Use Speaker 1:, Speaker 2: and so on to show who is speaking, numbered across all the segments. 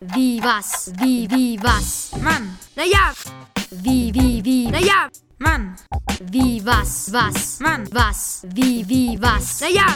Speaker 1: Wie was? Wie, wie was?
Speaker 2: Mann. Naja,
Speaker 1: Wie, wie, wie?
Speaker 2: naja, Mann.
Speaker 1: Wie was? Was?
Speaker 2: Mann.
Speaker 1: Was? Wie, wie was?
Speaker 2: Naja,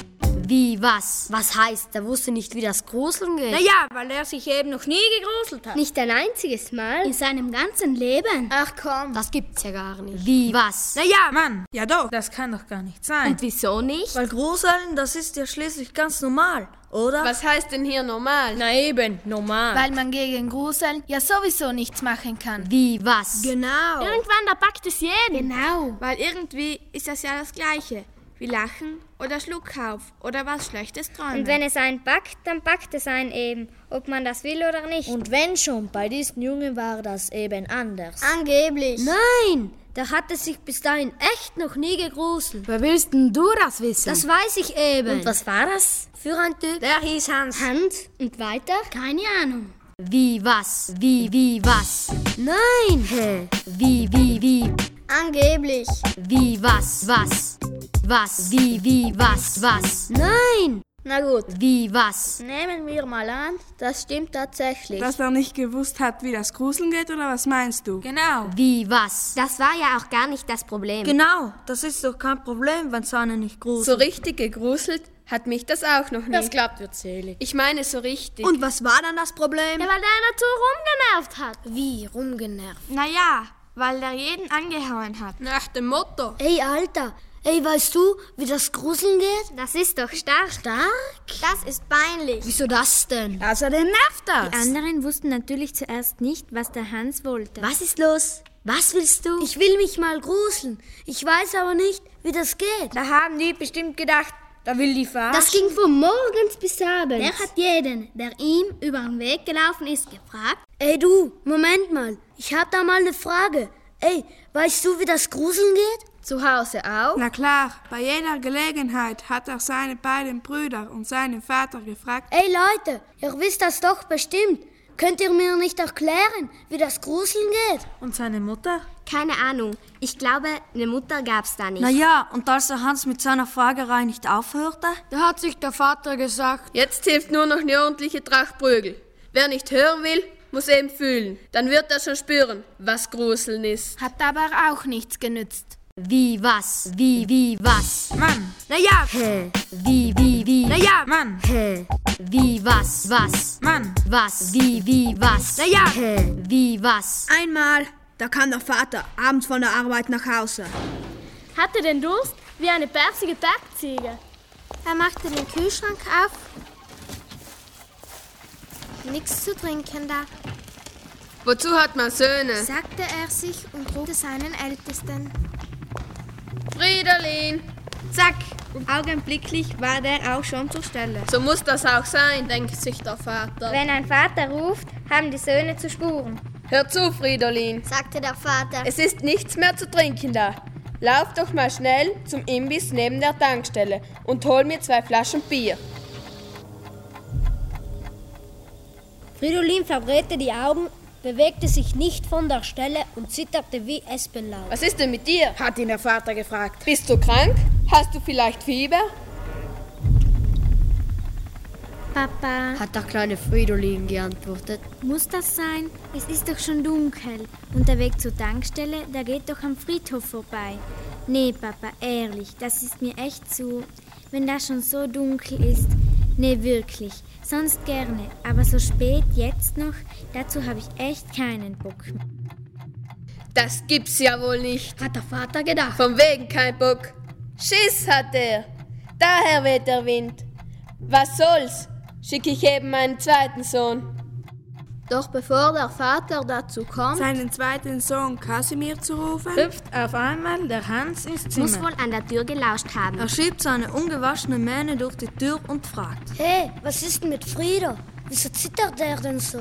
Speaker 1: Wie was? Was heißt, er wusste nicht, wie das Gruseln geht?
Speaker 2: naja, weil er sich eben noch nie gegruselt hat.
Speaker 3: Nicht ein einziges Mal in seinem ganzen Leben.
Speaker 4: Ach komm.
Speaker 1: Das gibt's ja gar nicht. Wie was?
Speaker 2: Naja, Mann. Ja doch, das kann doch gar nicht sein.
Speaker 4: Und wieso nicht?
Speaker 5: Weil Gruseln, das ist ja schließlich ganz normal, oder?
Speaker 6: Was heißt denn hier normal?
Speaker 1: Na eben, normal.
Speaker 4: Weil man gegen Gruseln ja sowieso nichts machen kann.
Speaker 1: Wie was?
Speaker 5: Genau.
Speaker 3: Irgendwann, da packt es jeden. Genau.
Speaker 7: Weil irgendwie ist das ja das Gleiche. Wie Lachen oder Schluckauf oder was Schlechtes träumen.
Speaker 3: Und wenn es einen packt, dann packt es einen eben, ob man das will oder nicht.
Speaker 8: Und wenn schon, bei diesen Jungen war das eben anders.
Speaker 4: Angeblich.
Speaker 8: Ne? Nein, da hat es sich bis dahin echt noch nie gegruselt.
Speaker 1: Wer willst denn du das wissen?
Speaker 8: Das weiß ich eben.
Speaker 1: Und was
Speaker 8: war das für ein Typ?
Speaker 5: Der hieß Hans.
Speaker 3: Hans,
Speaker 8: Und weiter?
Speaker 3: keine Ahnung.
Speaker 1: Wie was? Wie, wie was?
Speaker 8: Nein. Hä?
Speaker 1: Wie, wie, wie?
Speaker 4: Angeblich.
Speaker 1: Wie was? Was? Was? Wie, wie was? Was?
Speaker 8: Nein.
Speaker 4: Na gut,
Speaker 1: Wie was?
Speaker 4: nehmen wir mal an, das stimmt tatsächlich.
Speaker 9: Dass er nicht gewusst hat, wie das Gruseln geht, oder was meinst du?
Speaker 2: Genau.
Speaker 1: Wie was?
Speaker 3: Das war ja auch gar nicht das Problem.
Speaker 5: Genau, das ist doch kein Problem, wenn Sanne nicht gruselt.
Speaker 6: So richtig gegruselt hat mich das auch noch nie. Das glaubt wird selig. Ich meine so richtig.
Speaker 5: Und was war dann das Problem?
Speaker 3: Weil einer zu rumgenervt hat.
Speaker 4: Wie rumgenervt.
Speaker 7: Naja, weil der jeden angehauen hat.
Speaker 6: Nach dem Motto.
Speaker 8: Ey, Alter. Ey, weißt du, wie das Gruseln geht?
Speaker 3: Das ist doch stark. Stark? Das ist peinlich.
Speaker 8: Wieso das denn?
Speaker 5: Außerdem nervt das.
Speaker 7: Die anderen wussten natürlich zuerst nicht, was der Hans wollte.
Speaker 8: Was ist los? Was willst du? Ich will mich mal gruseln. Ich weiß aber nicht, wie das geht.
Speaker 2: Da haben die bestimmt gedacht, da will die Fahrt.
Speaker 3: Das ging von morgens bis abends.
Speaker 8: Der
Speaker 3: Der hat jeden, der ihm über den Weg gelaufen ist, gefragt.
Speaker 8: Ey du, Moment mal. Ich hab da mal eine Frage. Ey, weißt du, wie das Gruseln geht?
Speaker 4: Zu Hause auch?
Speaker 9: Na klar, bei jeder Gelegenheit hat er seine beiden Brüder und seinen Vater gefragt,
Speaker 8: Ey Leute, ihr wisst das doch bestimmt. Könnt ihr mir nicht erklären, wie das Gruseln geht?
Speaker 2: Und seine Mutter?
Speaker 3: Keine Ahnung. Ich glaube, eine Mutter gab's da nicht.
Speaker 5: Naja, und als der Hans mit seiner Fragerei nicht aufhörte,
Speaker 1: Da hat sich der Vater gesagt.
Speaker 6: Jetzt hilft nur noch eine ordentliche Tracht Prügel. Wer nicht hören will, muss eben fühlen. Dann wird er schon spüren, was Gruseln ist.
Speaker 4: Hat aber auch nichts genützt.
Speaker 1: Wie was? Wie, wie was?
Speaker 2: Mann. Naja,
Speaker 1: Wie, wie, wie?
Speaker 2: naja, Mann.
Speaker 1: Wie was? Was?
Speaker 2: Mann.
Speaker 1: Was? Wie, wie was?
Speaker 2: Naja,
Speaker 1: Wie was?
Speaker 5: einmal, da kam der Vater abends von der Arbeit nach Hause.
Speaker 3: Hatte den Durst wie eine persige Tagziege. Er machte den Kühlschrank auf. Nichts zu trinken da,
Speaker 6: Wozu hat man Söhne?
Speaker 3: sagte er sich und rugte seinen Ältesten.
Speaker 6: Friederlin!
Speaker 7: Zack! Und augenblicklich war der auch schon zur Stelle.
Speaker 6: So muss das auch sein, denkt sich der Vater.
Speaker 3: Wenn ein Vater ruft, haben die Söhne zu spuren.
Speaker 6: Hör zu, Friederlin.
Speaker 3: sagte der Vater.
Speaker 6: Es ist nichts mehr zu trinken da. Lauf doch mal schnell zum Imbiss neben der Tankstelle und hol mir zwei Flaschen Bier.
Speaker 8: Fridolin verdrehte die Augen, bewegte sich nicht von der Stelle und zitterte wie Espenlaub.
Speaker 6: Was ist denn mit dir?
Speaker 2: hat ihn der Vater gefragt.
Speaker 6: Bist du krank? Hast du vielleicht Fieber?
Speaker 7: Papa,
Speaker 1: Hat der kleine Fridolin geantwortet.
Speaker 7: muss das sein? Es ist doch schon dunkel. Und der Weg zur Tankstelle, der geht doch am Friedhof vorbei. Nee, Papa, ehrlich, das ist mir echt zu. Wenn das schon so dunkel ist. Nee, wirklich. Sonst gerne. Aber so spät jetzt noch, dazu habe ich echt keinen Bock.
Speaker 6: Das gibt's ja wohl nicht.
Speaker 1: Hat der Vater
Speaker 2: Genau.
Speaker 1: gedacht.
Speaker 6: Von wegen kein Bock. Schiss hat er. Daher weht der Wind. Was soll's? Schicke ich eben meinen zweiten Sohn.
Speaker 4: Doch bevor der Vater dazu kommt,
Speaker 9: seinen zweiten Sohn Kasimir zu rufen.
Speaker 2: Hüpft auf einmal der Hans ins
Speaker 3: muss
Speaker 2: Zimmer.
Speaker 3: wohl an der Tür gelauscht haben.
Speaker 5: Er schiebt seine ungewaschene Mähne durch die Tür und fragt.
Speaker 8: Hey, Äh, was ist denn mit Frieda? Wieso zittert er denn so?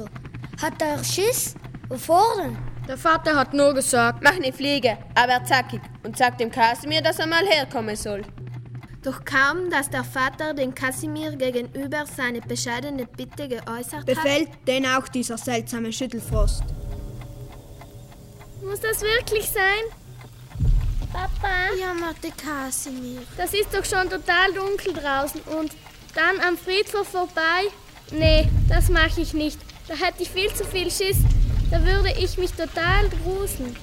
Speaker 8: Hat er Schiss? Wovor denn?
Speaker 1: Der Vater hat nur gesagt.
Speaker 6: Mach ne Fliege, aber zackig. Und sag dem Kasimir, dass er mal herkommen soll.
Speaker 4: doch kaum, dass der Vater den Kasimir gegenüber seine bescheidene Bitte geäußert hat,
Speaker 5: den auch dieser seltsame Schüttelfrost.
Speaker 3: Muss das wirklich sein? Papa,
Speaker 4: jammerte Kasimir.
Speaker 3: das ist doch schon total dunkel draußen und dann am Friedhof vorbei? Nee, das mache ich nicht.
Speaker 10: Da hätte ich viel zu viel Schiss. Da würde ich mich total gruseln.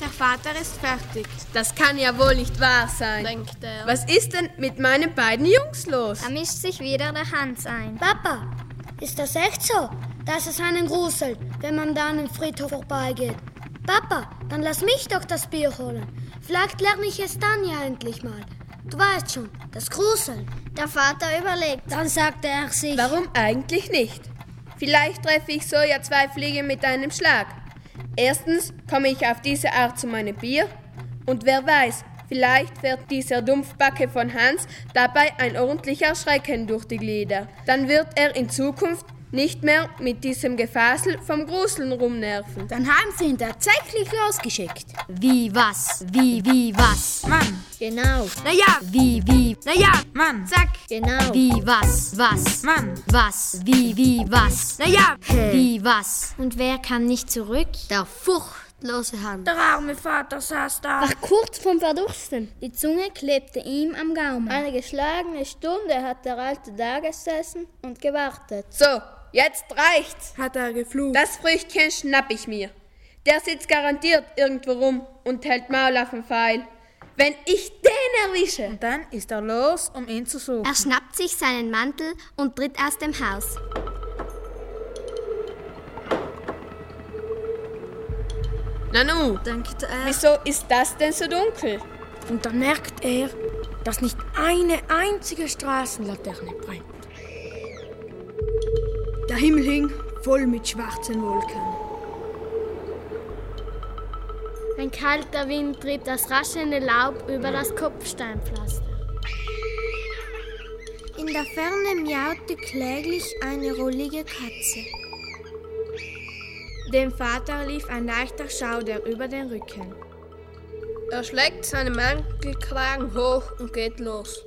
Speaker 11: Der Vater ist fertig.
Speaker 6: Das kann ja wohl nicht wahr sein.
Speaker 12: denkt er.
Speaker 6: Was ist denn mit meinen beiden Jungs los?
Speaker 7: Da mischt sich wieder der Hans ein.
Speaker 3: Papa, ist das echt so, dass es einen gruselt, wenn man da an einem Friedhof vorbeigeht? Papa, dann lass mich doch das Bier holen. Vielleicht lerne ich es dann ja endlich mal. Du weißt schon, das Gruseln.
Speaker 7: Der Vater überlegt.
Speaker 3: Dann sagte er sich,
Speaker 6: Warum eigentlich nicht? Vielleicht treffe ich so ja zwei Fliegen mit einem Schlag. Erstens komme ich auf diese Art zu meinem Bier und wer weiß, vielleicht wird dieser Dumpfbacke von Hans dabei ein ordentlicher Schrecken durch die Glieder. Dann wird er in Zukunft nicht mehr mit diesem Gefasel vom Gruseln rumnerven.
Speaker 13: Dann haben sie ihn tatsächlich losgeschickt.
Speaker 1: Wie was? Wie wie was?
Speaker 11: Mann,
Speaker 14: Genau,
Speaker 11: naja,
Speaker 1: Wie wie
Speaker 11: naja, Mann, zack,
Speaker 14: genau.
Speaker 1: wie was? Was?
Speaker 11: Mann,
Speaker 1: Was? Wie wie was?
Speaker 11: naja,
Speaker 1: Wie was?
Speaker 7: Und wer kam nicht zurück?
Speaker 3: der furchtlose Hans.
Speaker 11: der arme Vater saß da.
Speaker 10: Ach, kurz vom Verdursten.
Speaker 7: Die Zunge klebte ihm am Gaumen.
Speaker 10: Eine geschlagene Stunde hat der Alte da gesessen und gewartet.
Speaker 6: So, jetzt reicht's.
Speaker 9: hat er geflucht.
Speaker 6: Das Früchtchen schnapp ich mir. Der sitzt garantiert irgendwo rum und hält Maul auf den Pfeil. Wenn ich den erwische.
Speaker 11: Dann ist er los, um ihn zu suchen.
Speaker 7: Er schnappt sich seinen Mantel und tritt aus dem Haus.
Speaker 6: Nanu,
Speaker 11: denkt er.
Speaker 6: wieso ist das denn so dunkel?
Speaker 3: Und dann merkt er, dass nicht eine einzige Straßenlaterne brennt.
Speaker 13: Der Himmel hing voll mit schwarzen Wolken.
Speaker 10: Ein kalter Wind trieb das raschelnde Laub über das Kopfsteinpflaster.
Speaker 7: In der Ferne miaute kläglich eine rollige Katze.
Speaker 11: Dem Vater lief ein leichter Schauder über den Rücken.
Speaker 6: Er schlägt seinen Mantelkragen hoch und geht los.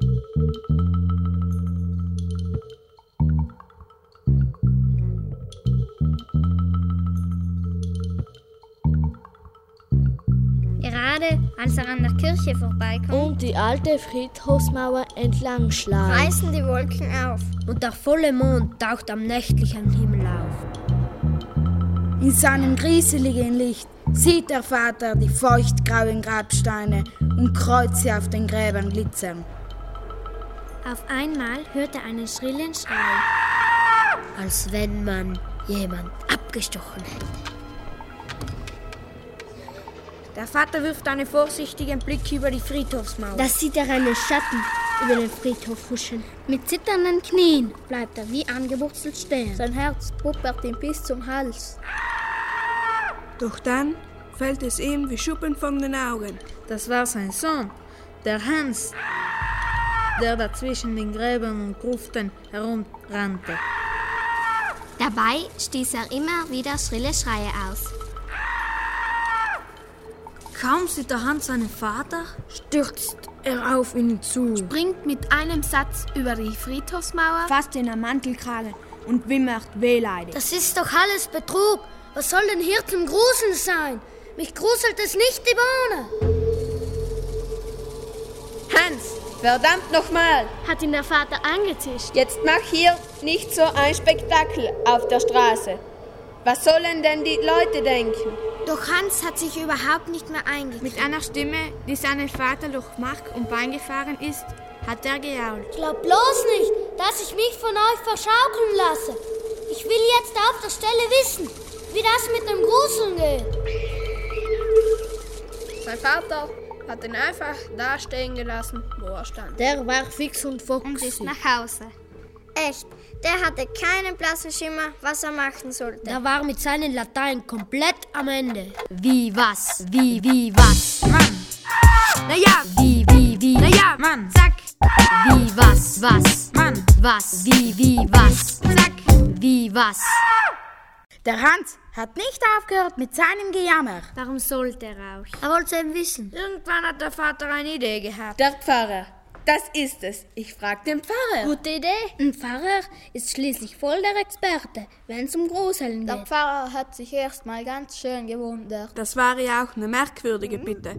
Speaker 7: Gerade als er an der Kirche vorbeikommt,
Speaker 10: Und die alte Friedhofsmauer entlang schlagen.
Speaker 7: reißen die Wolken auf.
Speaker 14: Und der volle Mond taucht am nächtlichen Himmel auf.
Speaker 11: In seinem grisseligen Licht sieht der Vater die feuchtgrauen Grabsteine und Kreuze auf den Gräbern glitzern.
Speaker 7: Auf einmal hört er einen schrillen Schrei.
Speaker 3: Als wenn man jemand abgestochen hätte.
Speaker 11: Der Vater wirft einen vorsichtigen Blick über die Friedhofsmauer.
Speaker 14: Da sieht er einen Schatten über den Friedhof huschen.
Speaker 7: Mit zitternden Knien bleibt er wie angewurzelt stehen.
Speaker 10: Sein Herz puppert ihm bis zum Hals.
Speaker 9: Doch dann fällt es ihm wie Schuppen von den Augen.
Speaker 11: Das war sein Sohn, der Hans, der dazwischen den Gräbern und Gruften herumrannte.
Speaker 7: Dabei stieß er immer wieder schrille Schreie aus.
Speaker 11: Kaum sieht der Hans seinen Vater, stürzt er auf ihn zu.
Speaker 12: Springt mit einem Satz über die Friedhofsmauer.
Speaker 13: Fasst ihn am Mantelkragen und wimmert wehleidig.
Speaker 3: Das ist doch alles Betrug. Was soll denn hier zum Gruseln sein? Mich gruselt es nicht die Bohne.
Speaker 6: Hans, verdammt nochmal!
Speaker 10: Hat ihn der Vater angezischt.
Speaker 6: Jetzt mach hier nicht so ein Spektakel auf der Straße. Was sollen denn die Leute denken?
Speaker 7: Doch Hans hat sich überhaupt nicht mehr eingekriegt.
Speaker 11: Mit einer Stimme, die seinen Vater durch Mark und Bein gefahren ist, hat er gejault.
Speaker 3: Glaub bloß nicht, dass ich mich von euch verschaukeln lasse. Ich will jetzt auf der Stelle wissen, wie das mit dem Gruseln geht.
Speaker 6: Sein Vater hat ihn einfach da stehen gelassen, wo er stand.
Speaker 14: Der war fix und
Speaker 7: ist
Speaker 14: fokussiert.
Speaker 7: nach Hause. Echt, der hatte keinen blassen Schimmer, was er machen sollte.
Speaker 14: Der war mit seinen Latein komplett am Ende.
Speaker 1: Wie was? Wie wie was?
Speaker 11: Mann, naja,
Speaker 1: Wie wie wie?
Speaker 11: naja, Ah, Mann, zack,
Speaker 1: Wie was? Was?
Speaker 11: Mann,
Speaker 1: Was? Wie wie was?
Speaker 11: zack.
Speaker 1: Wie was?
Speaker 11: Der Hans hat nicht aufgehört mit seinem Gejammer.
Speaker 7: Warum sollte er auch?
Speaker 3: Er wollte eben wissen.
Speaker 11: Irgendwann hat der Vater eine Idee gehabt.
Speaker 6: Der Pfarrer. Das ist es. Ich frag den Pfarrer.
Speaker 14: Gute Idee. Ein Pfarrer ist schließlich voll der Experte, wenn es um Großeln geht.
Speaker 10: Pfarrer hat sich erst mal ganz schön gewundert.
Speaker 9: Das war ja auch eine merkwürdige Bitte.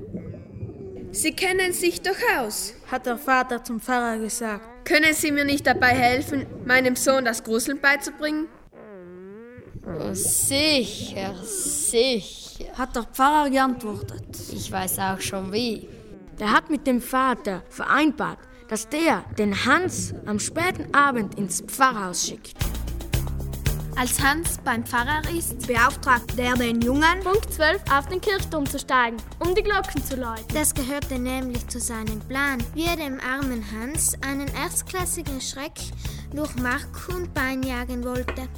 Speaker 6: Sie kennen sich doch aus.
Speaker 11: Hat der Vater zum Pfarrer gesagt.
Speaker 6: Können Sie mir nicht dabei helfen, meinem Sohn das Gruseln beizubringen?
Speaker 1: Sicher, sicher.
Speaker 11: Hat der Pfarrer geantwortet.
Speaker 1: Ich weiß auch schon wie.
Speaker 15: Der hat mit dem Vater vereinbart, dass der den Hans am späten Abend ins Pfarrhaus schickt.
Speaker 7: Als Hans beim Pfarrer ist,
Speaker 16: beauftragt der den Jungen,
Speaker 17: Punkt 12 auf den Kirchturm zu steigen, um die Glocken zu läuten.
Speaker 3: Das gehörte nämlich zu seinem Plan, wie er dem armen Hans einen erstklassigen Schreck durch Mark und Bein jagen wollte.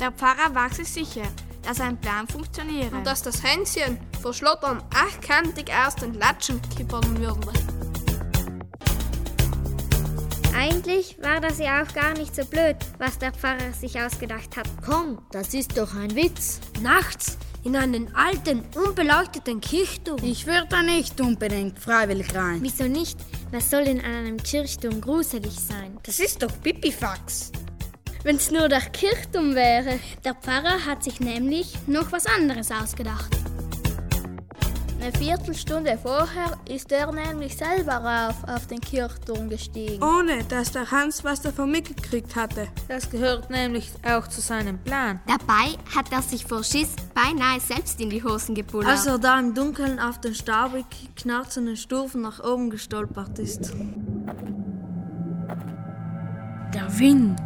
Speaker 18: Der Pfarrer war sich sicher, dass sein Plan funktioniere.
Speaker 19: Und dass das Hänschen vor Schlottern achtkantig aus den Latschen kippern würde.
Speaker 3: Eigentlich war das ja auch gar nicht so blöd, was der Pfarrer sich ausgedacht hat.
Speaker 20: Komm, das ist doch ein Witz. Nachts in einen alten, unbeleuchteten Kirchturm.
Speaker 6: Ich würde da nicht unbedingt freiwillig rein.
Speaker 3: Wieso nicht? Was soll denn an einem Kirchturm gruselig sein?
Speaker 11: Das ist doch Pipifax.
Speaker 17: Wenn's nur der Kirchturm wäre.
Speaker 7: Der Pfarrer hat sich nämlich noch was anderes ausgedacht.
Speaker 17: Eine Viertelstunde vorher ist er nämlich selber rauf auf den Kirchturm gestiegen.
Speaker 9: Ohne, dass der Hans was davon mitgekriegt hatte.
Speaker 21: Das gehört nämlich auch zu seinem Plan.
Speaker 7: Dabei hat er sich vor Schiss beinahe selbst in die Hosen gebullert.
Speaker 11: Als er da im Dunkeln auf den staubig knarzenden Stufen nach oben gestolpert ist.
Speaker 15: Der Wind,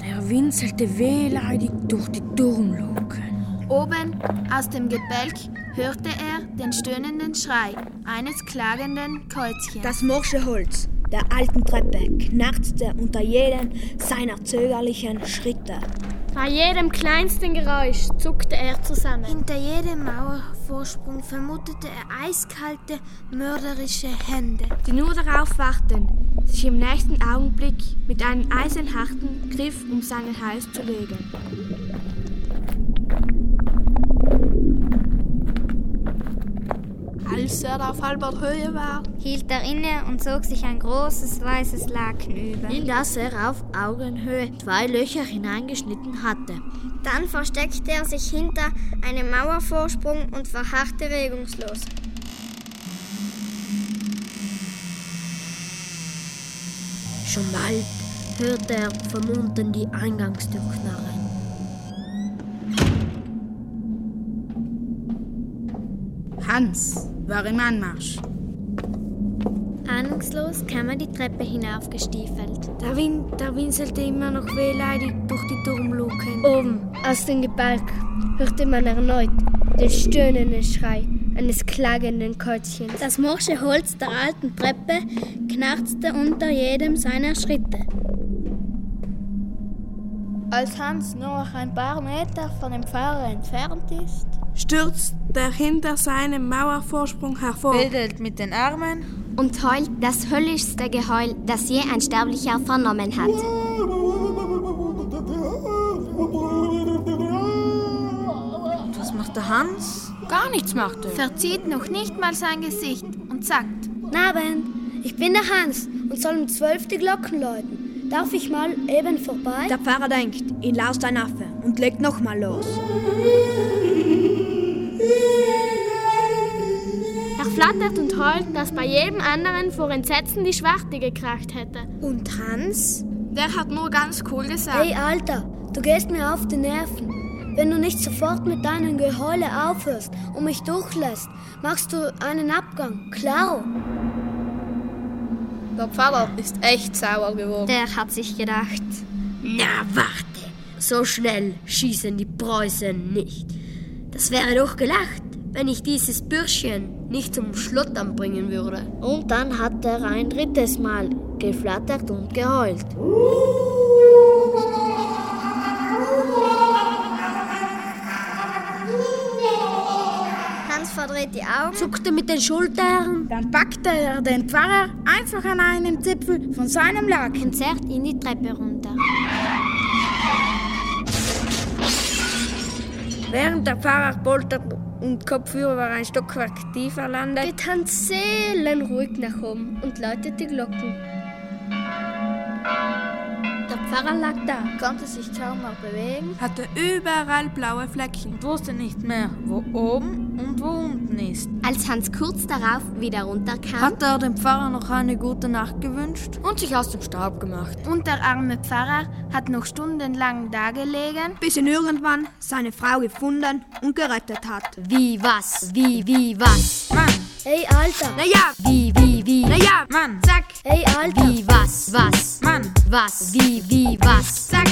Speaker 15: der winselte wehleidig durch die Turmluken.
Speaker 7: Oben aus dem Gebälk hörte er den stöhnenden Schrei eines klagenden Kreuzchens.
Speaker 16: Das morsche Holz der alten Treppe knarzte unter jedem seiner zögerlichen Schritte.
Speaker 17: Bei jedem kleinsten Geräusch zuckte er zusammen.
Speaker 3: Hinter jedem Mauervorsprung vermutete er eiskalte, mörderische Hände,
Speaker 18: die nur darauf warten, sich im nächsten Augenblick mit einem eisenharten Griff um seinen Hals zu legen.
Speaker 19: Als er auf halber Höhe war,
Speaker 3: hielt er inne und zog sich ein großes weißes Laken über,
Speaker 11: in das er auf Augenhöhe zwei Löcher hineingeschnitten hatte.
Speaker 3: Dann versteckte er sich hinter einem Mauervorsprung und verharrte regungslos.
Speaker 20: Schon bald hörte er vom unten die Eingangstür knarren.
Speaker 6: Hans war im Anmarsch.
Speaker 3: Ahnungslos kam er die Treppe hinaufgestiefelt.
Speaker 11: Der Wind, der winselte immer noch wehleidig durch die Turmluken.
Speaker 18: Oben, aus dem Gebälk, hörte man erneut den stöhnenden Schrei eines klagenden Käuzchens.
Speaker 7: Das morsche Holz der alten Treppe knarzte unter jedem seiner Schritte.
Speaker 17: Als Hans nur noch ein paar Meter von dem Fahrer entfernt ist,
Speaker 9: stürzt der hinter seinem Mauervorsprung hervor,
Speaker 21: wedelt mit den Armen
Speaker 7: und heult das höllischste Geheul, das je ein Sterblicher vernommen hat.
Speaker 21: Und was macht der Hans?
Speaker 15: Gar nichts macht er.
Speaker 7: Verzieht noch nicht mal sein Gesicht und sagt:
Speaker 22: Nabend, ich bin der Hans und soll um zwölf die Glocken läuten. Darf ich mal eben vorbei?
Speaker 16: Der Pfarrer denkt, ihn lauscht ein Affe und legt nochmal los.
Speaker 17: Er flattert und heult, dass bei jedem anderen vor Entsetzen die Schwarte gekracht hätte.
Speaker 22: Und Hans?
Speaker 18: Der hat nur ganz cool gesagt.
Speaker 22: Hey Alter, du gehst mir auf die Nerven. Wenn du nicht sofort mit deinen Geheule aufhörst und mich durchlässt, machst du einen Abgang. Klar.
Speaker 23: Der Pfarrer ist echt sauer geworden.
Speaker 1: Der hat sich gedacht.
Speaker 20: Na, warte. So schnell schießen die Preußen nicht. Das wäre doch gelacht, wenn ich dieses Bürschchen nicht zum Schlottern bringen würde.
Speaker 11: Und dann hat er ein drittes Mal geflattert und geheult.
Speaker 3: Hans verdreht die Augen,
Speaker 11: zuckte mit den Schultern.
Speaker 6: Dann packte er den Pfarrer einfach an einem Zipfel von seinem Laken
Speaker 3: und zerrt ihn die Treppe runter.
Speaker 21: Während der Pfarrer poltert und kopfüber ein Stockwerk tiefer landet,
Speaker 17: geht Hans seelenruhig nach oben und läutet die Glocken.
Speaker 3: Der Pfarrer lag da, konnte sich kaum noch bewegen,
Speaker 9: hatte überall blaue Fleckchen
Speaker 11: und wusste nicht mehr, wo oben und wo unten ist.
Speaker 24: Als Hans kurz darauf wieder runterkam,
Speaker 25: hat er dem Pfarrer noch eine gute Nacht gewünscht
Speaker 26: und sich aus dem Staub gemacht.
Speaker 4: Und der arme Pfarrer hat noch stundenlang dagelegen,
Speaker 5: bis ihn irgendwann seine Frau gefunden und gerettet hat.
Speaker 1: Wie was? Wie, wie was?
Speaker 11: Mann!
Speaker 27: Hey, Alter!
Speaker 11: Naja!
Speaker 1: Wie, wie, wie?
Speaker 11: Naja! Mann!
Speaker 1: Zack!
Speaker 27: Hey, Alter!
Speaker 1: Wie was? Was?
Speaker 11: Mann!
Speaker 1: Was? Wie, wie was?
Speaker 11: Zack!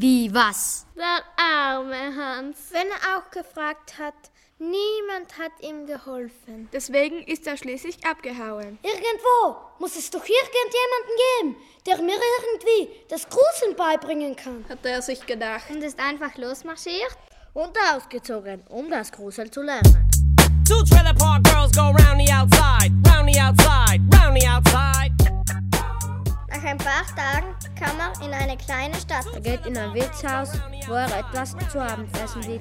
Speaker 1: Wie was?
Speaker 3: der arme Hans.
Speaker 24: Wenn er auch gefragt hat, niemand hat ihm geholfen.
Speaker 28: Deswegen ist er schließlich abgehauen.
Speaker 27: Irgendwo muss es doch irgendjemanden geben, der mir irgendwie das Gruseln beibringen kann.
Speaker 6: Hat er sich gedacht.
Speaker 24: Und ist einfach losmarschiert?
Speaker 29: Und ausgezogen, um das Gruseln zu lernen.
Speaker 17: Two trailer park girls go round the outside, round the outside, round the outside.
Speaker 3: Nach ein paar Tagen kam er in eine kleine Stadt.
Speaker 29: Er geht in ein Wirtshaus, wo er etwas zu Abend essen will.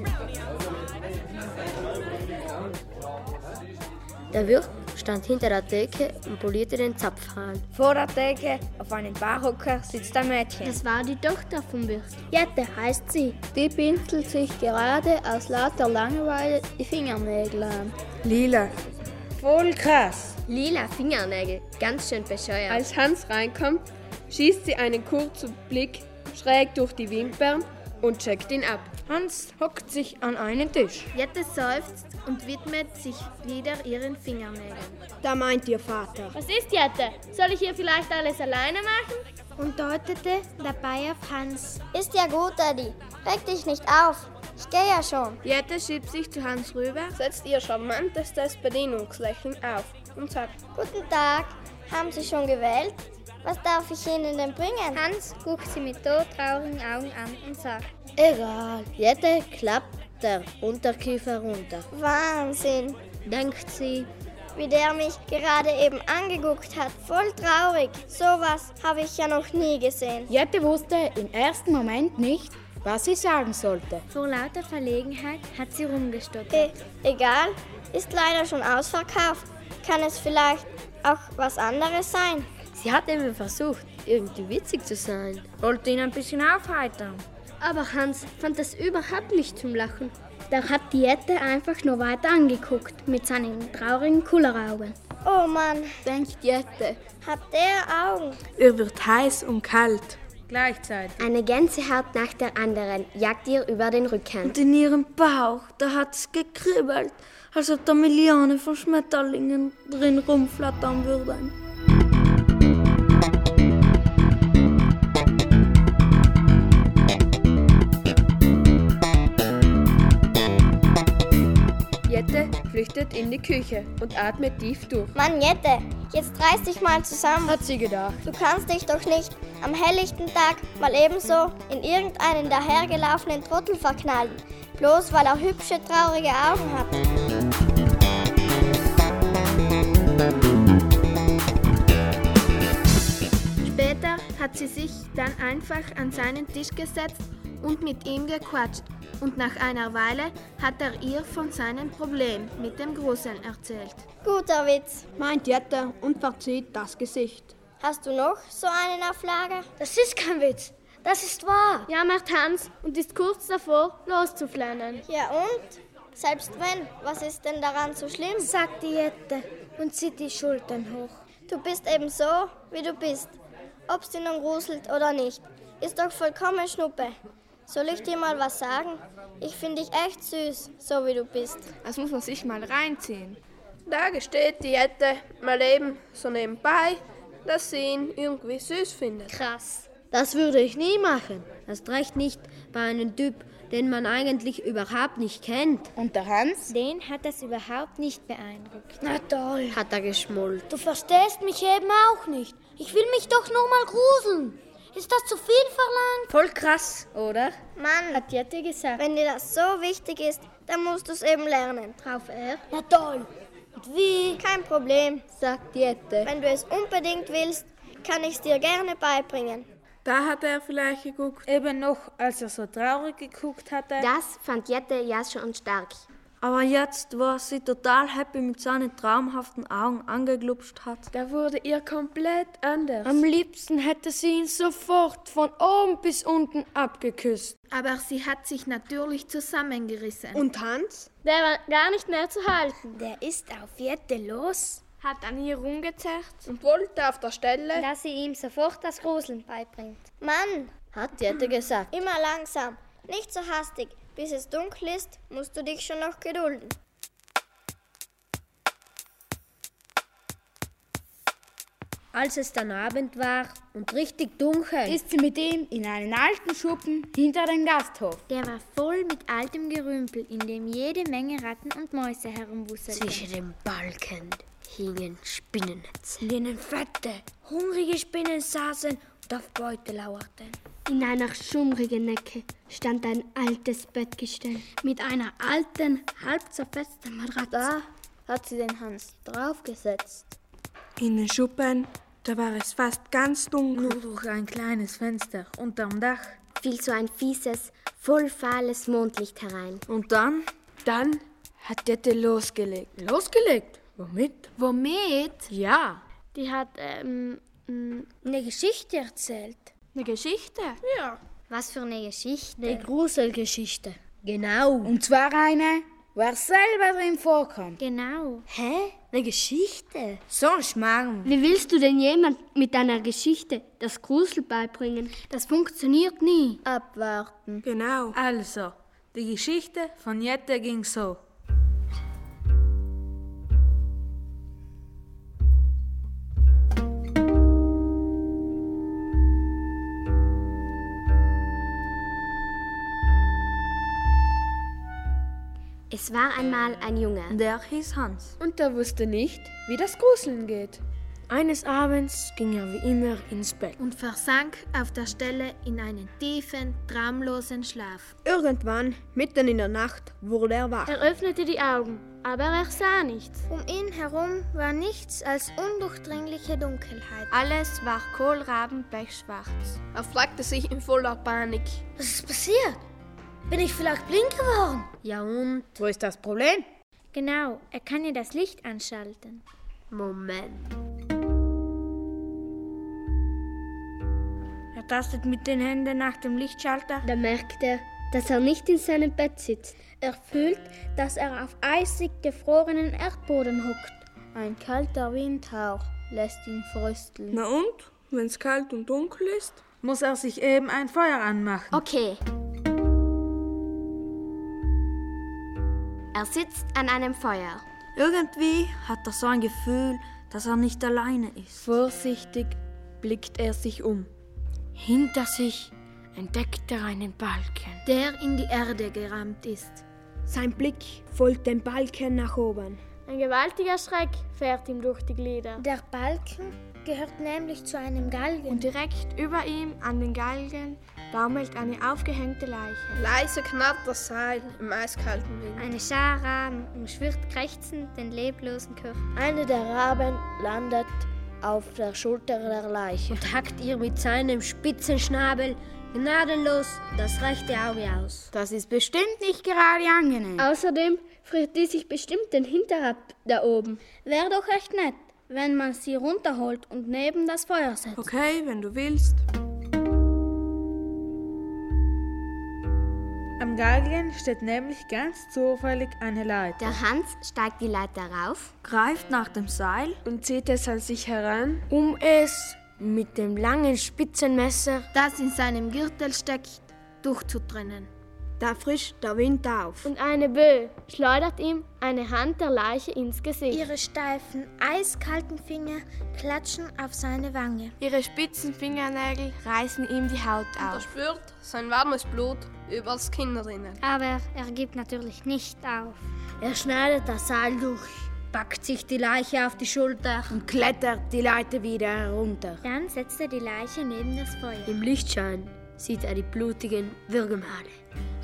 Speaker 24: Der Wirt stand hinter der Theke und polierte den Zapfhahn.
Speaker 29: Vor der Theke, auf einem Barhocker, sitzt ein Mädchen.
Speaker 3: Das war die Tochter vom Wirt.
Speaker 24: Jette heißt sie.
Speaker 3: Die pinselt sich gerade aus lauter Langeweile die Fingernägel an.
Speaker 29: Lila. Voll krass.
Speaker 24: Lila Fingernägel, ganz schön bescheuert.
Speaker 6: Als Hans reinkommt, schießt sie einen kurzen Blick schräg durch die Wimpern und checkt ihn ab.
Speaker 26: Hans hockt sich an einen Tisch.
Speaker 4: Jette seufzt und widmet sich wieder ihren Fingernägeln.
Speaker 5: Da meint ihr Vater.
Speaker 3: Was ist Jette? Soll ich hier vielleicht alles alleine machen?
Speaker 7: Und deutete dabei auf Hans.
Speaker 3: Ist ja gut, Daddy. Reg dich nicht auf. Ich gehe ja schon.
Speaker 28: Jette schiebt sich zu Hans rüber,
Speaker 6: setzt ihr charmantestes Bedienungslächeln auf und sagt:
Speaker 3: Guten Tag. Haben Sie schon gewählt? Was darf ich Ihnen denn bringen?
Speaker 24: Hans guckt sie mit todtraurigen Augen an und sagt:
Speaker 29: Egal. Jette klappt der Unterkiefer runter.
Speaker 3: Wahnsinn,
Speaker 24: denkt sie.
Speaker 3: Wie der mich gerade eben angeguckt hat. Voll traurig. Sowas habe ich ja noch nie gesehen.
Speaker 2: Jette wusste im ersten Moment nicht, was sie sagen sollte.
Speaker 7: Vor lauter Verlegenheit hat sie rumgestottert.
Speaker 3: E egal, ist leider schon ausverkauft. Kann es vielleicht auch was anderes sein?
Speaker 24: Sie hat eben versucht, irgendwie witzig zu sein.
Speaker 29: Wollte ihn ein bisschen aufheitern.
Speaker 24: Aber Hans fand das überhaupt nicht zum Lachen. Da hat die Jette einfach nur weiter angeguckt, mit seinen traurigen Kulleraugen.
Speaker 3: Oh Mann,
Speaker 28: denkt Jette,
Speaker 3: hat der Augen.
Speaker 9: Ihr wird heiß und kalt.
Speaker 11: Gleichzeitig.
Speaker 24: Eine Gänsehaut nach der anderen jagt ihr über den Rücken.
Speaker 5: Und in ihrem Bauch, da hat's gekribbelt, als ob da Millionen von Schmetterlingen drin rumflattern würden.
Speaker 6: Jette flüchtet in die Küche und atmet tief durch.
Speaker 3: Mann, Jette, jetzt reiß dich mal zusammen.
Speaker 11: Hat sie gedacht.
Speaker 3: Du kannst dich doch nicht am helllichten Tag mal ebenso in irgendeinen dahergelaufenen Trottel verknallen, bloß weil er hübsche, traurige Augen hat.
Speaker 4: Später hat sie sich dann einfach an seinen Tisch gesetzt und mit ihm gequatscht und nach einer Weile hat er ihr von seinem Problem mit dem Gruseln erzählt.
Speaker 3: Guter Witz,
Speaker 5: meint Jette und verzieht das Gesicht.
Speaker 3: Hast du noch so einen auf Lager?
Speaker 27: Das ist kein Witz, das ist wahr.
Speaker 3: Ja, macht Hans und ist kurz davor, loszuflennen. Ja und? Selbst wenn, was ist denn daran so schlimm?
Speaker 7: sagt die Jette und zieht die Schultern hoch.
Speaker 3: Du bist eben so, wie du bist. Ob sie nun gruselt oder nicht, ist doch vollkommen Schnuppe. Soll ich dir mal was sagen? Ich finde dich echt süß, so wie du bist.
Speaker 28: Das muss man sich mal reinziehen.
Speaker 6: Da gesteht die Jette mal eben so nebenbei, dass sie ihn irgendwie süß findet.
Speaker 24: Krass.
Speaker 29: Das würde ich nie machen. Erst recht nicht bei einem Typ, den man eigentlich überhaupt nicht kennt.
Speaker 2: Und der Hans?
Speaker 7: Den hat das überhaupt nicht beeindruckt.
Speaker 29: Na toll. Hat er geschmollt.
Speaker 27: Du verstehst mich eben auch nicht. Ich will mich doch nur mal gruseln. Ist das zu viel verlangt?
Speaker 29: Voll krass, oder?
Speaker 3: Mann,
Speaker 24: hat Jette gesagt.
Speaker 3: Wenn dir das so wichtig ist, dann musst du es eben lernen.
Speaker 24: Drauf er.
Speaker 27: Na toll. Und wie?
Speaker 3: Kein Problem,
Speaker 29: sagt Jette.
Speaker 3: Wenn du es unbedingt willst, kann ich es dir gerne beibringen.
Speaker 9: Da hat er vielleicht geguckt.
Speaker 11: Eben noch, als er so traurig geguckt hatte.
Speaker 24: Das fand Jette ja schon stark.
Speaker 30: Aber jetzt, wo er sie total happy mit seinen traumhaften Augen angeglupscht hat,
Speaker 6: da wurde ihr komplett anders.
Speaker 25: Am liebsten hätte sie ihn sofort von oben bis unten abgeküsst.
Speaker 31: Aber sie hat sich natürlich zusammengerissen.
Speaker 6: Und Hans?
Speaker 3: Der war gar nicht mehr zu halten.
Speaker 7: Der ist auf Jette los.
Speaker 3: Hat an ihr rumgezerrt.
Speaker 6: Und wollte auf der Stelle,
Speaker 3: dass sie ihm sofort das Gruseln beibringt.
Speaker 32: Mann,
Speaker 33: hat Jette gesagt.
Speaker 32: Immer langsam, nicht so hastig. Bis es dunkel ist, musst du dich schon noch gedulden.
Speaker 33: Als es dann Abend war und richtig dunkel,
Speaker 34: ist sie mit ihm in einen alten Schuppen hinter den Gasthof.
Speaker 7: Der war voll mit altem Gerümpel, in dem jede Menge Ratten und Mäuse herumwusselten.
Speaker 1: Zwischen den Balken hingen Spinnennetze,
Speaker 35: in denen fette, hungrige Spinnen saßen und auf Beute lauerten.
Speaker 3: In einer schummrigen Ecke stand ein altes Bettgestell mit einer alten, halb zerfetzten Matratze.
Speaker 32: Da
Speaker 7: Ah,
Speaker 32: hat sie den Hans draufgesetzt.
Speaker 9: In den Schuppen da war es fast ganz dunkel.
Speaker 11: Nur durch ein kleines Fenster unterm Dach
Speaker 3: fiel so ein fieses, voll fahles Mondlicht herein.
Speaker 11: Und dann?
Speaker 6: Dann hat Dette losgelegt.
Speaker 25: Losgelegt? Womit?
Speaker 31: Womit?
Speaker 25: Ja.
Speaker 3: Die hat ähm,
Speaker 36: eine Geschichte erzählt.
Speaker 31: Eine Geschichte?
Speaker 6: Ja.
Speaker 3: Was für eine Geschichte?
Speaker 33: Eine Gruselgeschichte.
Speaker 34: Genau. Und zwar eine, wo er selber drin vorkommt.
Speaker 3: Genau.
Speaker 33: Hä? Eine Geschichte?
Speaker 35: So ein Schmarrn.
Speaker 3: Wie willst du denn jemand mit einer Geschichte das Grusel beibringen? Das funktioniert nie.
Speaker 32: Abwarten.
Speaker 9: Genau.
Speaker 11: Also, die Geschichte von Jette ging so.
Speaker 3: Es war einmal ein Junge.
Speaker 30: Der hieß Hans.
Speaker 6: Und der wusste nicht, wie das Gruseln geht.
Speaker 25: Eines Abends ging er wie immer ins Bett
Speaker 31: und versank auf der Stelle in einen tiefen, traumlosen Schlaf.
Speaker 33: Irgendwann, mitten in der Nacht, wurde er wach.
Speaker 3: Er öffnete die Augen, aber er sah nichts.
Speaker 36: Um ihn herum war nichts als undurchdringliche Dunkelheit.
Speaker 31: Alles war kohlrabenpechschwarz.
Speaker 6: Er fragte sich in voller Panik:
Speaker 36: Was ist passiert? Bin ich vielleicht blind geworden?
Speaker 33: Ja und?
Speaker 34: Wo ist das Problem?
Speaker 7: Genau, er kann ja das Licht anschalten.
Speaker 1: Moment.
Speaker 35: Er tastet mit den Händen nach dem Lichtschalter.
Speaker 3: Da merkt er, dass er nicht in seinem Bett sitzt.
Speaker 36: Er fühlt, dass er auf eisig gefrorenen Erdboden hockt. Ein kalter Windhauch lässt ihn frösteln.
Speaker 9: Na und? Wenn's kalt und dunkel ist?
Speaker 11: Muss er sich eben ein Feuer anmachen.
Speaker 3: Okay. Er sitzt an einem Feuer.
Speaker 30: Irgendwie hat er so ein Gefühl, dass er nicht alleine ist.
Speaker 6: Vorsichtig blickt er sich um.
Speaker 25: Hinter sich entdeckt er einen Balken,
Speaker 31: der in die Erde gerammt ist.
Speaker 35: Sein Blick folgt dem Balken nach oben.
Speaker 3: Ein gewaltiger Schreck fährt ihm durch die Glieder.
Speaker 36: Der Balken gehört nämlich zu einem Galgen.
Speaker 3: Und direkt über ihm an den Galgen baumelt eine aufgehängte Leiche.
Speaker 6: Leise knarrt das Seil im eiskalten Wind.
Speaker 3: Eine Schar Raben umschwirrt krächzend den leblosen Körper.
Speaker 33: Eine der Raben landet auf der Schulter der Leiche und hackt ihr mit seinem spitzen Schnabel gnadenlos das rechte Auge aus.
Speaker 34: Das ist bestimmt nicht gerade angenehm.
Speaker 3: Außerdem friert die sich bestimmt den Hintern ab da oben.
Speaker 36: Wäre doch echt nett, wenn man sie runterholt und neben das Feuer setzt.
Speaker 9: Okay, wenn du willst.
Speaker 11: Am Galgen steht nämlich ganz zufällig eine Leiter.
Speaker 3: Der Hans steigt die Leiter rauf,
Speaker 30: greift nach dem Seil
Speaker 6: und zieht es an sich heran,
Speaker 25: um es mit dem langen Spitzenmesser,
Speaker 31: das in seinem Gürtel steckt, durchzutrennen.
Speaker 35: Da frischt der Wind auf.
Speaker 3: Und eine Böe schleudert ihm eine Hand der Leiche ins Gesicht.
Speaker 36: Ihre steifen, eiskalten Finger klatschen auf seine Wange.
Speaker 31: Ihre spitzen Fingernägel reißen ihm die Haut
Speaker 6: auf. Und er spürt sein warmes Blut übers Kinn rinnen.
Speaker 7: Aber er gibt natürlich nicht auf.
Speaker 33: Er schneidet das Seil durch, packt sich die Leiche auf die Schulter
Speaker 34: und klettert die Leiter wieder herunter.
Speaker 7: Dann setzt er die Leiche neben das Feuer.
Speaker 1: Im Lichtschein sieht er die blutigen Würgemale,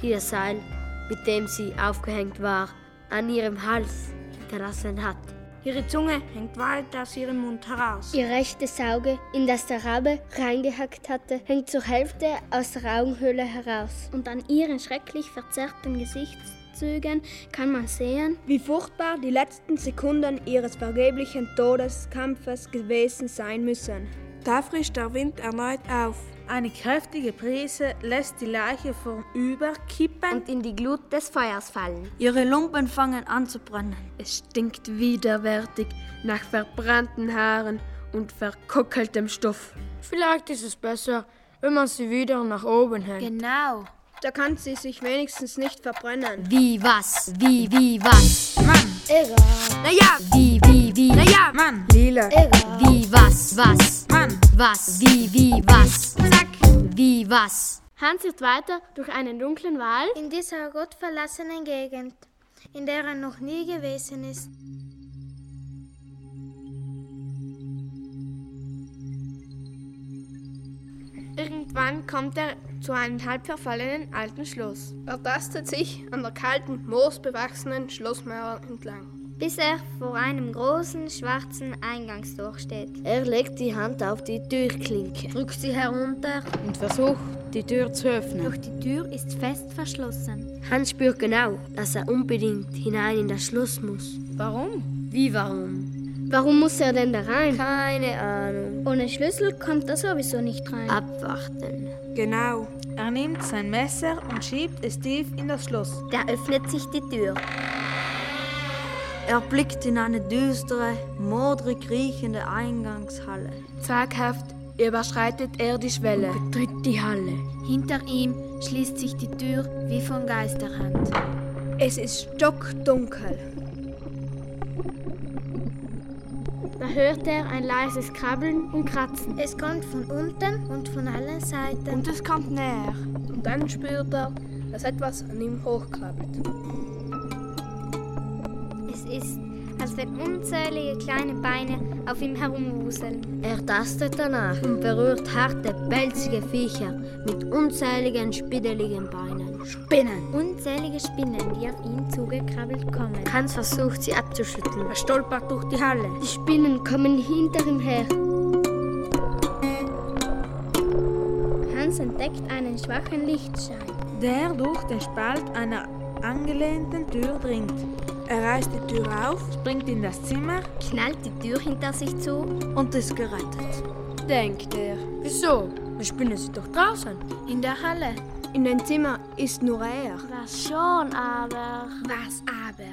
Speaker 1: die das Seil, mit dem sie aufgehängt war, an ihrem Hals hinterlassen hat.
Speaker 35: Ihre Zunge hängt weit aus ihrem Mund heraus.
Speaker 3: Ihr rechtes Auge, in das der Rabe reingehackt hatte, hängt zur Hälfte aus der Augenhöhle heraus.
Speaker 7: Und an ihrem schrecklich verzerrten Gesicht Gesichtszügen kann man sehen,
Speaker 37: wie furchtbar die letzten Sekunden ihres vergeblichen Todeskampfes gewesen sein müssen.
Speaker 9: Da frischt der Wind erneut auf.
Speaker 38: Eine kräftige Brise lässt die Leiche vornüber kippen
Speaker 39: und in die Glut des Feuers fallen.
Speaker 25: Ihre Lumpen fangen an zu brennen.
Speaker 11: Es stinkt widerwärtig nach verbrannten Haaren und verkokeltem Stoff.
Speaker 40: Vielleicht ist es besser, wenn man sie wieder nach oben hängt.
Speaker 11: Genau.
Speaker 37: Da kann sie sich wenigstens nicht verbrennen.
Speaker 1: Wie was? Wie, wie was?
Speaker 11: Mann.
Speaker 1: Irre.
Speaker 11: Naja.
Speaker 1: Wie, wie, wie?
Speaker 11: Naja. Mann.
Speaker 1: Lila. Irre. Wie was? Was?
Speaker 11: Mann.
Speaker 1: Was? Wie, wie was?
Speaker 11: Zack.
Speaker 1: Wie was?
Speaker 7: Hans irrt weiter durch einen dunklen Wald
Speaker 3: in dieser gottverlassenen Gegend, in der er noch nie gewesen ist.
Speaker 6: Irgendwann kommt er zu einem halb verfallenen alten Schloss.
Speaker 41: Er tastet sich an der kalten, moosbewachsenen Schlossmauer entlang.
Speaker 42: Bis er vor einem großen, schwarzen Eingangstor steht.
Speaker 43: Er legt die Hand auf die Türklinke, drückt sie herunter
Speaker 44: und versucht, die Tür zu öffnen.
Speaker 45: Doch die Tür ist fest verschlossen.
Speaker 46: Hans spürt genau, dass er unbedingt hinein in das Schloss muss.
Speaker 44: Warum?
Speaker 46: Wie warum?
Speaker 7: Warum muss er denn da rein?
Speaker 43: Keine Ahnung.
Speaker 7: Ohne Schlüssel kommt er sowieso nicht rein.
Speaker 46: Abwarten.
Speaker 9: Genau.
Speaker 11: Er nimmt sein Messer und schiebt es tief in das Schloss.
Speaker 43: Da öffnet sich die Tür.
Speaker 25: Er blickt in eine düstere, modrig riechende Eingangshalle.
Speaker 6: Zaghaft überschreitet er die Schwelle.
Speaker 44: Und betritt die Halle.
Speaker 6: Hinter ihm schließt sich die Tür wie von Geisterhand.
Speaker 37: Es ist stockdunkel.
Speaker 7: Da hört er ein leises Krabbeln und Kratzen.
Speaker 3: Es kommt von unten und von allen Seiten.
Speaker 6: Und es kommt näher.
Speaker 41: Und dann spürt er, dass etwas an ihm hochkrabbelt.
Speaker 42: Es ist,
Speaker 3: Also
Speaker 42: als wenn unzählige kleine Beine auf ihm herumwuseln.
Speaker 43: Er tastet danach und berührt harte, pelzige Viecher mit unzähligen, spitteligen Beinen.
Speaker 3: Spinnen!
Speaker 45: Unzählige Spinnen, die auf ihn zugekrabbelt kommen.
Speaker 46: Hans versucht, sie abzuschütteln.
Speaker 43: Er stolpert durch die Halle.
Speaker 7: Die Spinnen kommen hinter ihm her. Hans entdeckt einen schwachen Lichtschein,
Speaker 11: der durch den Spalt einer angelehnten Tür dringt.
Speaker 9: Er reißt die Tür auf,
Speaker 11: springt in das Zimmer,
Speaker 42: knallt die Tür hinter sich zu
Speaker 25: und ist gerettet.
Speaker 11: Denkt er.
Speaker 44: Wieso? Die Spinne sind doch draußen.
Speaker 6: In der Halle.
Speaker 37: In dem Zimmer ist nur er.
Speaker 7: Was schon, aber.
Speaker 6: Was aber?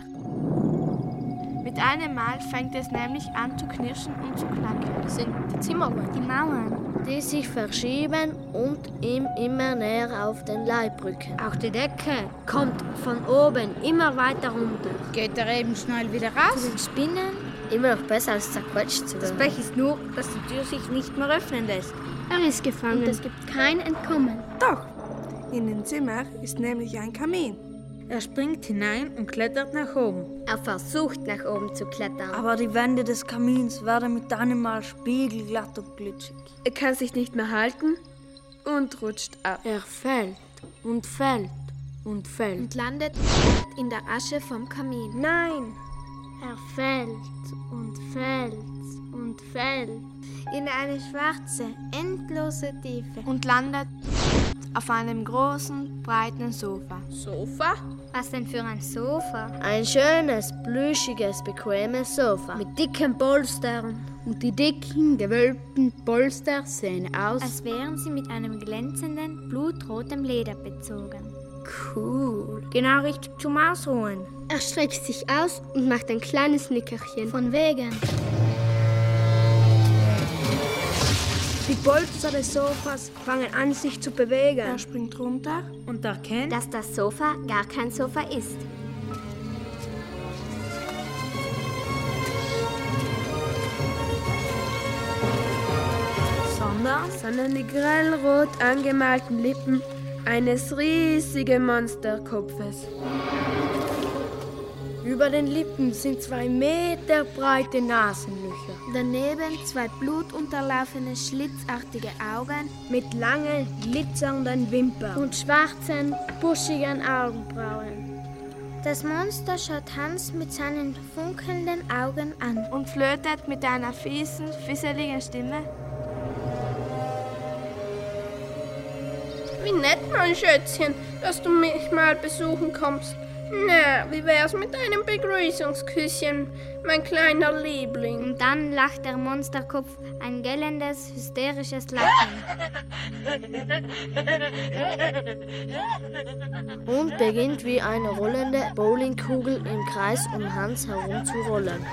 Speaker 6: Mit einem Mal fängt es nämlich an zu knirschen und zu knacken.
Speaker 41: Das sind die Zimmerwände.
Speaker 7: Die Mauern.
Speaker 43: Die sich verschieben und ihm immer näher auf den Leib rücken.
Speaker 47: Auch die Decke kommt von oben immer weiter runter.
Speaker 44: Geht er eben schnell wieder raus?
Speaker 42: Zu den Spinnen?
Speaker 46: Immer noch besser als zerquetscht zu
Speaker 43: werden. Das Pech ist nur, dass die Tür sich nicht mehr öffnen lässt.
Speaker 7: Er ist gefangen. Und
Speaker 6: es gibt kein Entkommen.
Speaker 9: Doch, in dem Zimmer ist nämlich ein Kamin.
Speaker 11: Er springt hinein und klettert nach oben.
Speaker 42: Er versucht nach oben zu klettern.
Speaker 25: Aber die Wände des Kamins werden mit einem Mal spiegelglatt und glitschig.
Speaker 6: Er kann sich nicht mehr halten und rutscht ab.
Speaker 40: Er fällt und fällt und fällt.
Speaker 6: Und landet in der Asche vom Kamin.
Speaker 37: Nein!
Speaker 7: Er fällt und fällt und fällt
Speaker 3: in eine schwarze, endlose Tiefe
Speaker 6: und landet auf einem großen, breiten Sofa.
Speaker 41: Sofa?
Speaker 42: Was denn für ein Sofa?
Speaker 43: Ein schönes, plüschiges, bequemes Sofa
Speaker 47: mit dicken Polstern. Und die dicken, gewölbten Polster sehen aus,
Speaker 45: als wären sie mit einem glänzenden, blutrotem Leder bezogen.
Speaker 43: Cool. Genau richtig zum Ausruhen.
Speaker 7: Er streckt sich aus und macht ein kleines Nickerchen.
Speaker 45: Von wegen.
Speaker 37: Die Polster des Sofas fangen an, sich zu bewegen.
Speaker 9: Er springt runter
Speaker 11: und erkennt,
Speaker 42: dass das Sofa gar kein Sofa ist.
Speaker 25: Sondern,
Speaker 6: sondern die grellrot angemalten Lippen eines riesigen Monsterkopfes.
Speaker 40: Über den Lippen sind zwei Meter breite Nasenlöcher.
Speaker 6: Daneben zwei blutunterlaufene, schlitzartige Augen
Speaker 37: mit langen, glitzernden Wimpern
Speaker 7: und schwarzen, buschigen Augenbrauen.
Speaker 3: Das Monster schaut Hans mit seinen funkelnden Augen an
Speaker 6: und flötet mit einer fiesen, fisseligen Stimme
Speaker 41: Wie nett, mein Schätzchen, dass du mich mal besuchen kommst.
Speaker 6: Na, wie wär's mit einem Begrüßungsküsschen, mein kleiner Liebling?
Speaker 48: Und dann lacht der Monsterkopf ein gellendes, hysterisches Lachen.
Speaker 49: und beginnt wie eine rollende Bowlingkugel im Kreis um Hans herum zu rollen.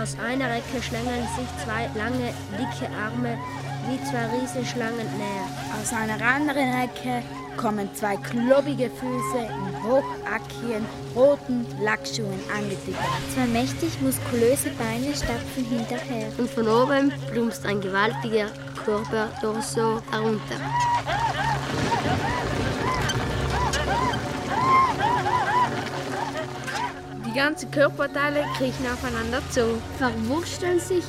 Speaker 50: Aus einer Ecke schlängeln sich zwei lange, dicke Arme wie zwei Riesenschlangen näher.
Speaker 51: Aus einer anderen Ecke kommen zwei klobige Füße in hochackigen, roten Lackschuhen angedichtet.
Speaker 48: Zwei mächtig muskulöse Beine stapfen hinterher.
Speaker 7: Und von oben plumpst ein gewaltiger Körper Torso herunter.
Speaker 52: Die ganzen Körperteile kriechen aufeinander zu.
Speaker 3: verwursteln sich,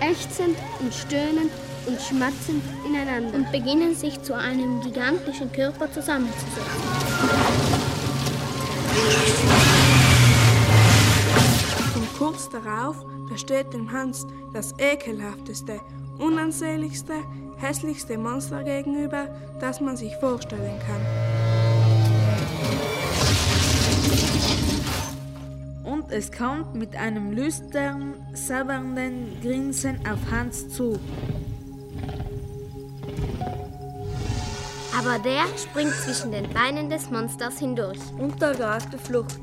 Speaker 3: ächzend und stöhnend und schmatzend ineinander und beginnen sich zu einem gigantischen Körper zusammenzusetzen.
Speaker 9: Und kurz darauf versteht dem Hans das ekelhafteste, unansehnlichste, hässlichste Monster gegenüber, das man sich vorstellen kann.
Speaker 11: Und es kommt mit einem lüstern, sabbernden Grinsen auf Hans zu.
Speaker 3: Aber der springt zwischen den Beinen des Monsters hindurch.
Speaker 52: Und da greift die Flucht.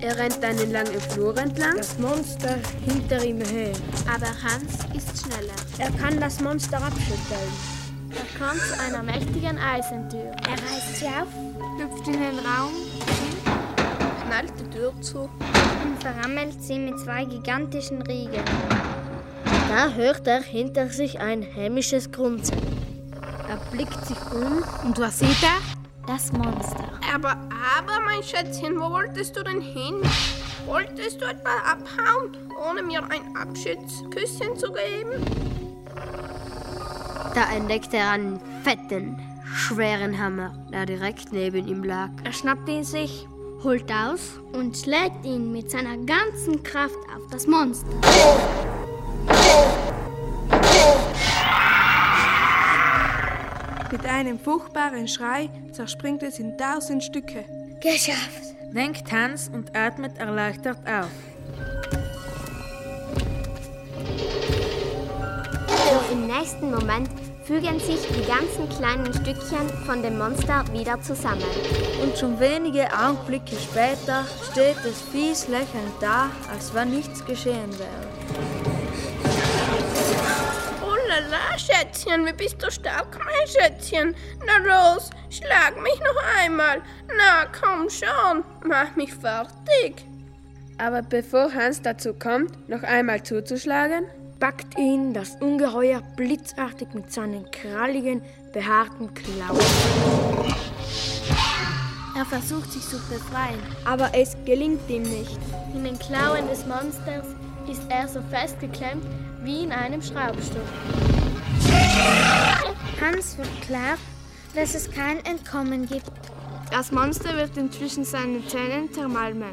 Speaker 53: Er rennt einen langen Flur entlang.
Speaker 54: Das Monster hinter ihm her.
Speaker 55: Aber Hans ist schneller.
Speaker 54: Er kann das Monster abschütteln.
Speaker 55: Er kommt zu einer mächtigen Eisentür.
Speaker 3: Er reißt sie auf,
Speaker 55: hüpft in den Raum,
Speaker 6: knallt die Tür zu.
Speaker 48: Und verrammelt sie mit zwei gigantischen Riegeln.
Speaker 49: Da hört er hinter sich ein hämisches Grunzen.
Speaker 53: Er blickt sich um.
Speaker 56: Und was sieht er?
Speaker 48: Das Monster.
Speaker 6: Aber, aber, mein Schätzchen, wo wolltest du denn hin? Wolltest du etwa abhauen, ohne mir ein Abschiedsküsschen zu geben?
Speaker 7: Da entdeckt er einen fetten, schweren Hammer, der direkt neben ihm lag.
Speaker 3: Er schnappt ihn sich, holt aus und schlägt ihn mit seiner ganzen Kraft auf das Monster.
Speaker 9: Mit einem furchtbaren Schrei zerspringt es in tausend Stücke.
Speaker 57: Geschafft!
Speaker 11: Denkt Hans und atmet erleichtert auf.
Speaker 3: Doch Also im nächsten Moment fügen sich die ganzen kleinen Stückchen von dem Monster wieder zusammen.
Speaker 25: Und schon wenige Augenblicke später steht es fies lächelnd da, als wenn nichts geschehen wäre.
Speaker 6: Oh la la, Schätzchen, wie bist du stark, mein Schätzchen? Na los, schlag mich noch einmal. Na komm schon, mach mich fertig.
Speaker 53: Aber bevor Hans dazu kommt, noch einmal zuzuschlagen,
Speaker 58: packt ihn das Ungeheuer blitzartig mit seinen kralligen, behaarten Klauen.
Speaker 55: Er versucht sich zu befreien.
Speaker 59: Aber es gelingt ihm nicht.
Speaker 55: In den Klauen des Monsters ist er so festgeklemmt wie in einem Schraubstock.
Speaker 48: Hans wird klar, dass es kein Entkommen gibt.
Speaker 55: Das Monster wird inzwischen seine Zähnen zermalmen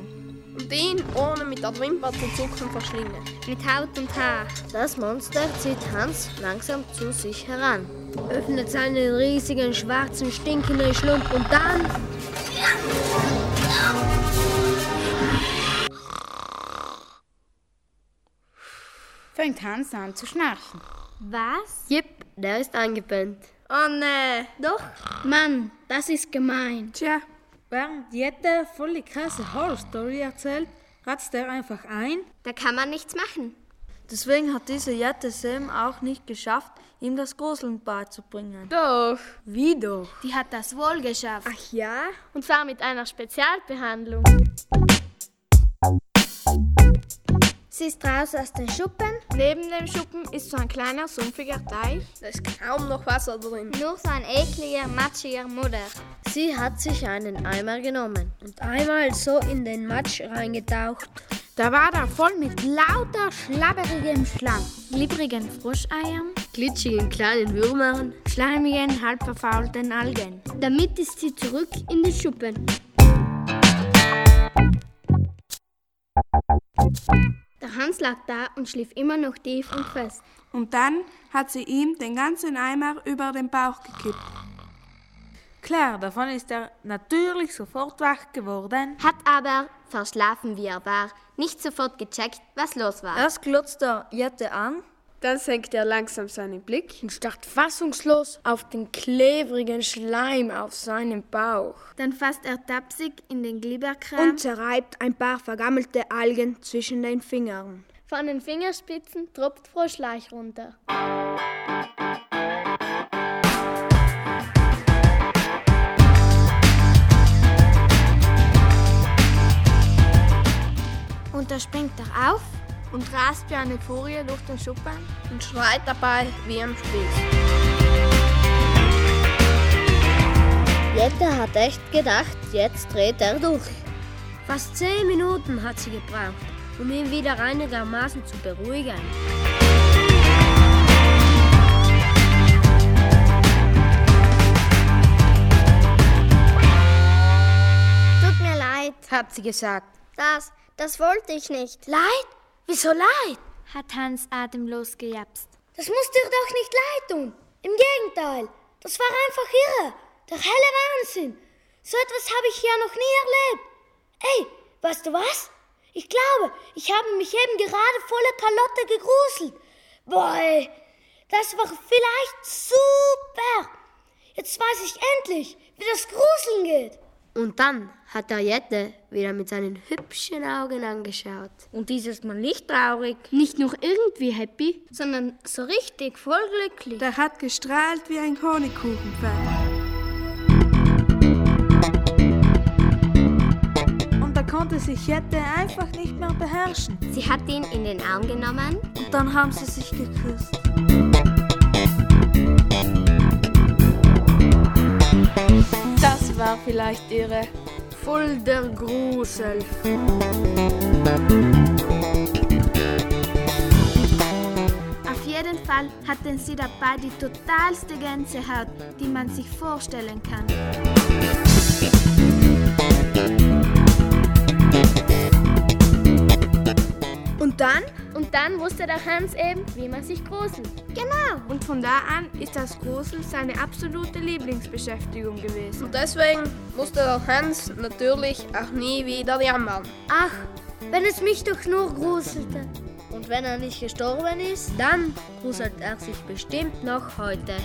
Speaker 6: und ihn ohne mit der Wimper zu zucken verschlingen.
Speaker 48: Mit Haut und Haar.
Speaker 49: Das Monster zieht Hans langsam zu sich heran,
Speaker 50: öffnet seinen riesigen schwarzen stinkenden Schlund und dann.
Speaker 56: fängt Hans an zu schnarchen.
Speaker 48: Was?
Speaker 7: Jep, der ist angepennt.
Speaker 25: Oh ne.
Speaker 3: Doch, Mann, das ist gemein.
Speaker 11: Tja, Während jeder voll die krasse Horrorstory erzählt, ratzt er einfach ein.
Speaker 3: Da kann man nichts machen.
Speaker 25: Deswegen hat diese Jette Sam auch nicht geschafft, ihm das Gruseln beizubringen.
Speaker 3: Doch.
Speaker 25: Wie doch?
Speaker 55: Die hat das wohl geschafft.
Speaker 25: Ach ja?
Speaker 55: Und zwar mit einer Spezialbehandlung.
Speaker 3: Sie ist raus aus dem Schuppen.
Speaker 55: Neben dem Schuppen ist so ein kleiner, sumpfiger Teich.
Speaker 6: Da ist kaum noch Wasser drin.
Speaker 3: Nur so ein ekliger, matschiger Mutter.
Speaker 49: Sie hat sich einen Eimer genommen
Speaker 50: und einmal so in den Matsch reingetaucht.
Speaker 56: Da war er voll mit lauter schlabberigem Schlamm,
Speaker 48: glibbrigen Froscheiern,
Speaker 7: glitschigen kleinen Würmern,
Speaker 56: schleimigen, halb verfaulten Algen.
Speaker 3: Damit ist sie zurück in den Schuppen.
Speaker 48: Der
Speaker 60: Hans lag da und schlief immer noch tief und fest.
Speaker 9: Und dann hat sie ihm den ganzen Eimer über den Bauch gekippt.
Speaker 11: Klar, davon ist er natürlich sofort wach geworden.
Speaker 61: Hat aber, verschlafen wie er war, nicht sofort gecheckt, was los war.
Speaker 11: Erst glotzt er Jette an,
Speaker 62: dann senkt er langsam seinen Blick
Speaker 6: und starrt fassungslos auf den klebrigen Schleim auf seinem Bauch.
Speaker 7: Dann fasst er tapsig in den Glibberkram
Speaker 63: und zerreibt ein paar vergammelte Algen zwischen den Fingern.
Speaker 60: Von den Fingerspitzen tropft Froschleich runter.
Speaker 64: Und da springt er auf
Speaker 7: und rast wie eine Furie durch den Schuppen
Speaker 65: und schreit dabei wie am Spieß.
Speaker 66: Jette hat echt gedacht, jetzt dreht er durch.
Speaker 67: Fast zehn Minuten hat sie gebraucht, um ihn wieder einigermaßen zu beruhigen.
Speaker 68: Tut mir leid,
Speaker 69: hat sie gesagt.
Speaker 68: Das, das wollte ich nicht.
Speaker 3: Leid? Wieso leid?
Speaker 70: hat Hans atemlos gejapst.
Speaker 3: Das muss dir doch nicht leid tun. Im Gegenteil, das war einfach irre. Der helle Wahnsinn. So etwas habe ich ja noch nie erlebt. Ey, weißt du was? Ich glaube, ich habe mich eben gerade voller Kalotte gegruselt. Boy, das war vielleicht super. Jetzt weiß ich endlich, wie das Gruseln geht.
Speaker 67: Und dann hat er Jette wieder mit seinen hübschen Augen angeschaut.
Speaker 66: Und dieses Mal nicht traurig.
Speaker 60: Nicht nur irgendwie happy, sondern so richtig voll glücklich.
Speaker 9: Der hat gestrahlt wie ein
Speaker 11: Honigkuchenpferd. Und da konnte sich Jette einfach nicht mehr beherrschen.
Speaker 61: Sie hat ihn in den Arm genommen.
Speaker 11: Und dann haben sie sich geküsst.
Speaker 62: Das war vielleicht ihre
Speaker 6: voll der Grusel.
Speaker 7: Auf jeden Fall hatten sie dabei die totalste Gänsehaut, die man sich vorstellen kann.
Speaker 63: Und dann?
Speaker 60: Und dann wusste der Hans eben, wie man sich gruselt.
Speaker 63: Genau. Und von da an ist das Gruseln seine absolute Lieblingsbeschäftigung gewesen.
Speaker 65: Und deswegen musste der Hans natürlich auch nie wieder jammern.
Speaker 3: Ach, wenn es mich doch nur gruselte.
Speaker 66: Und wenn er nicht gestorben ist,
Speaker 67: dann gruselt er sich bestimmt noch heute.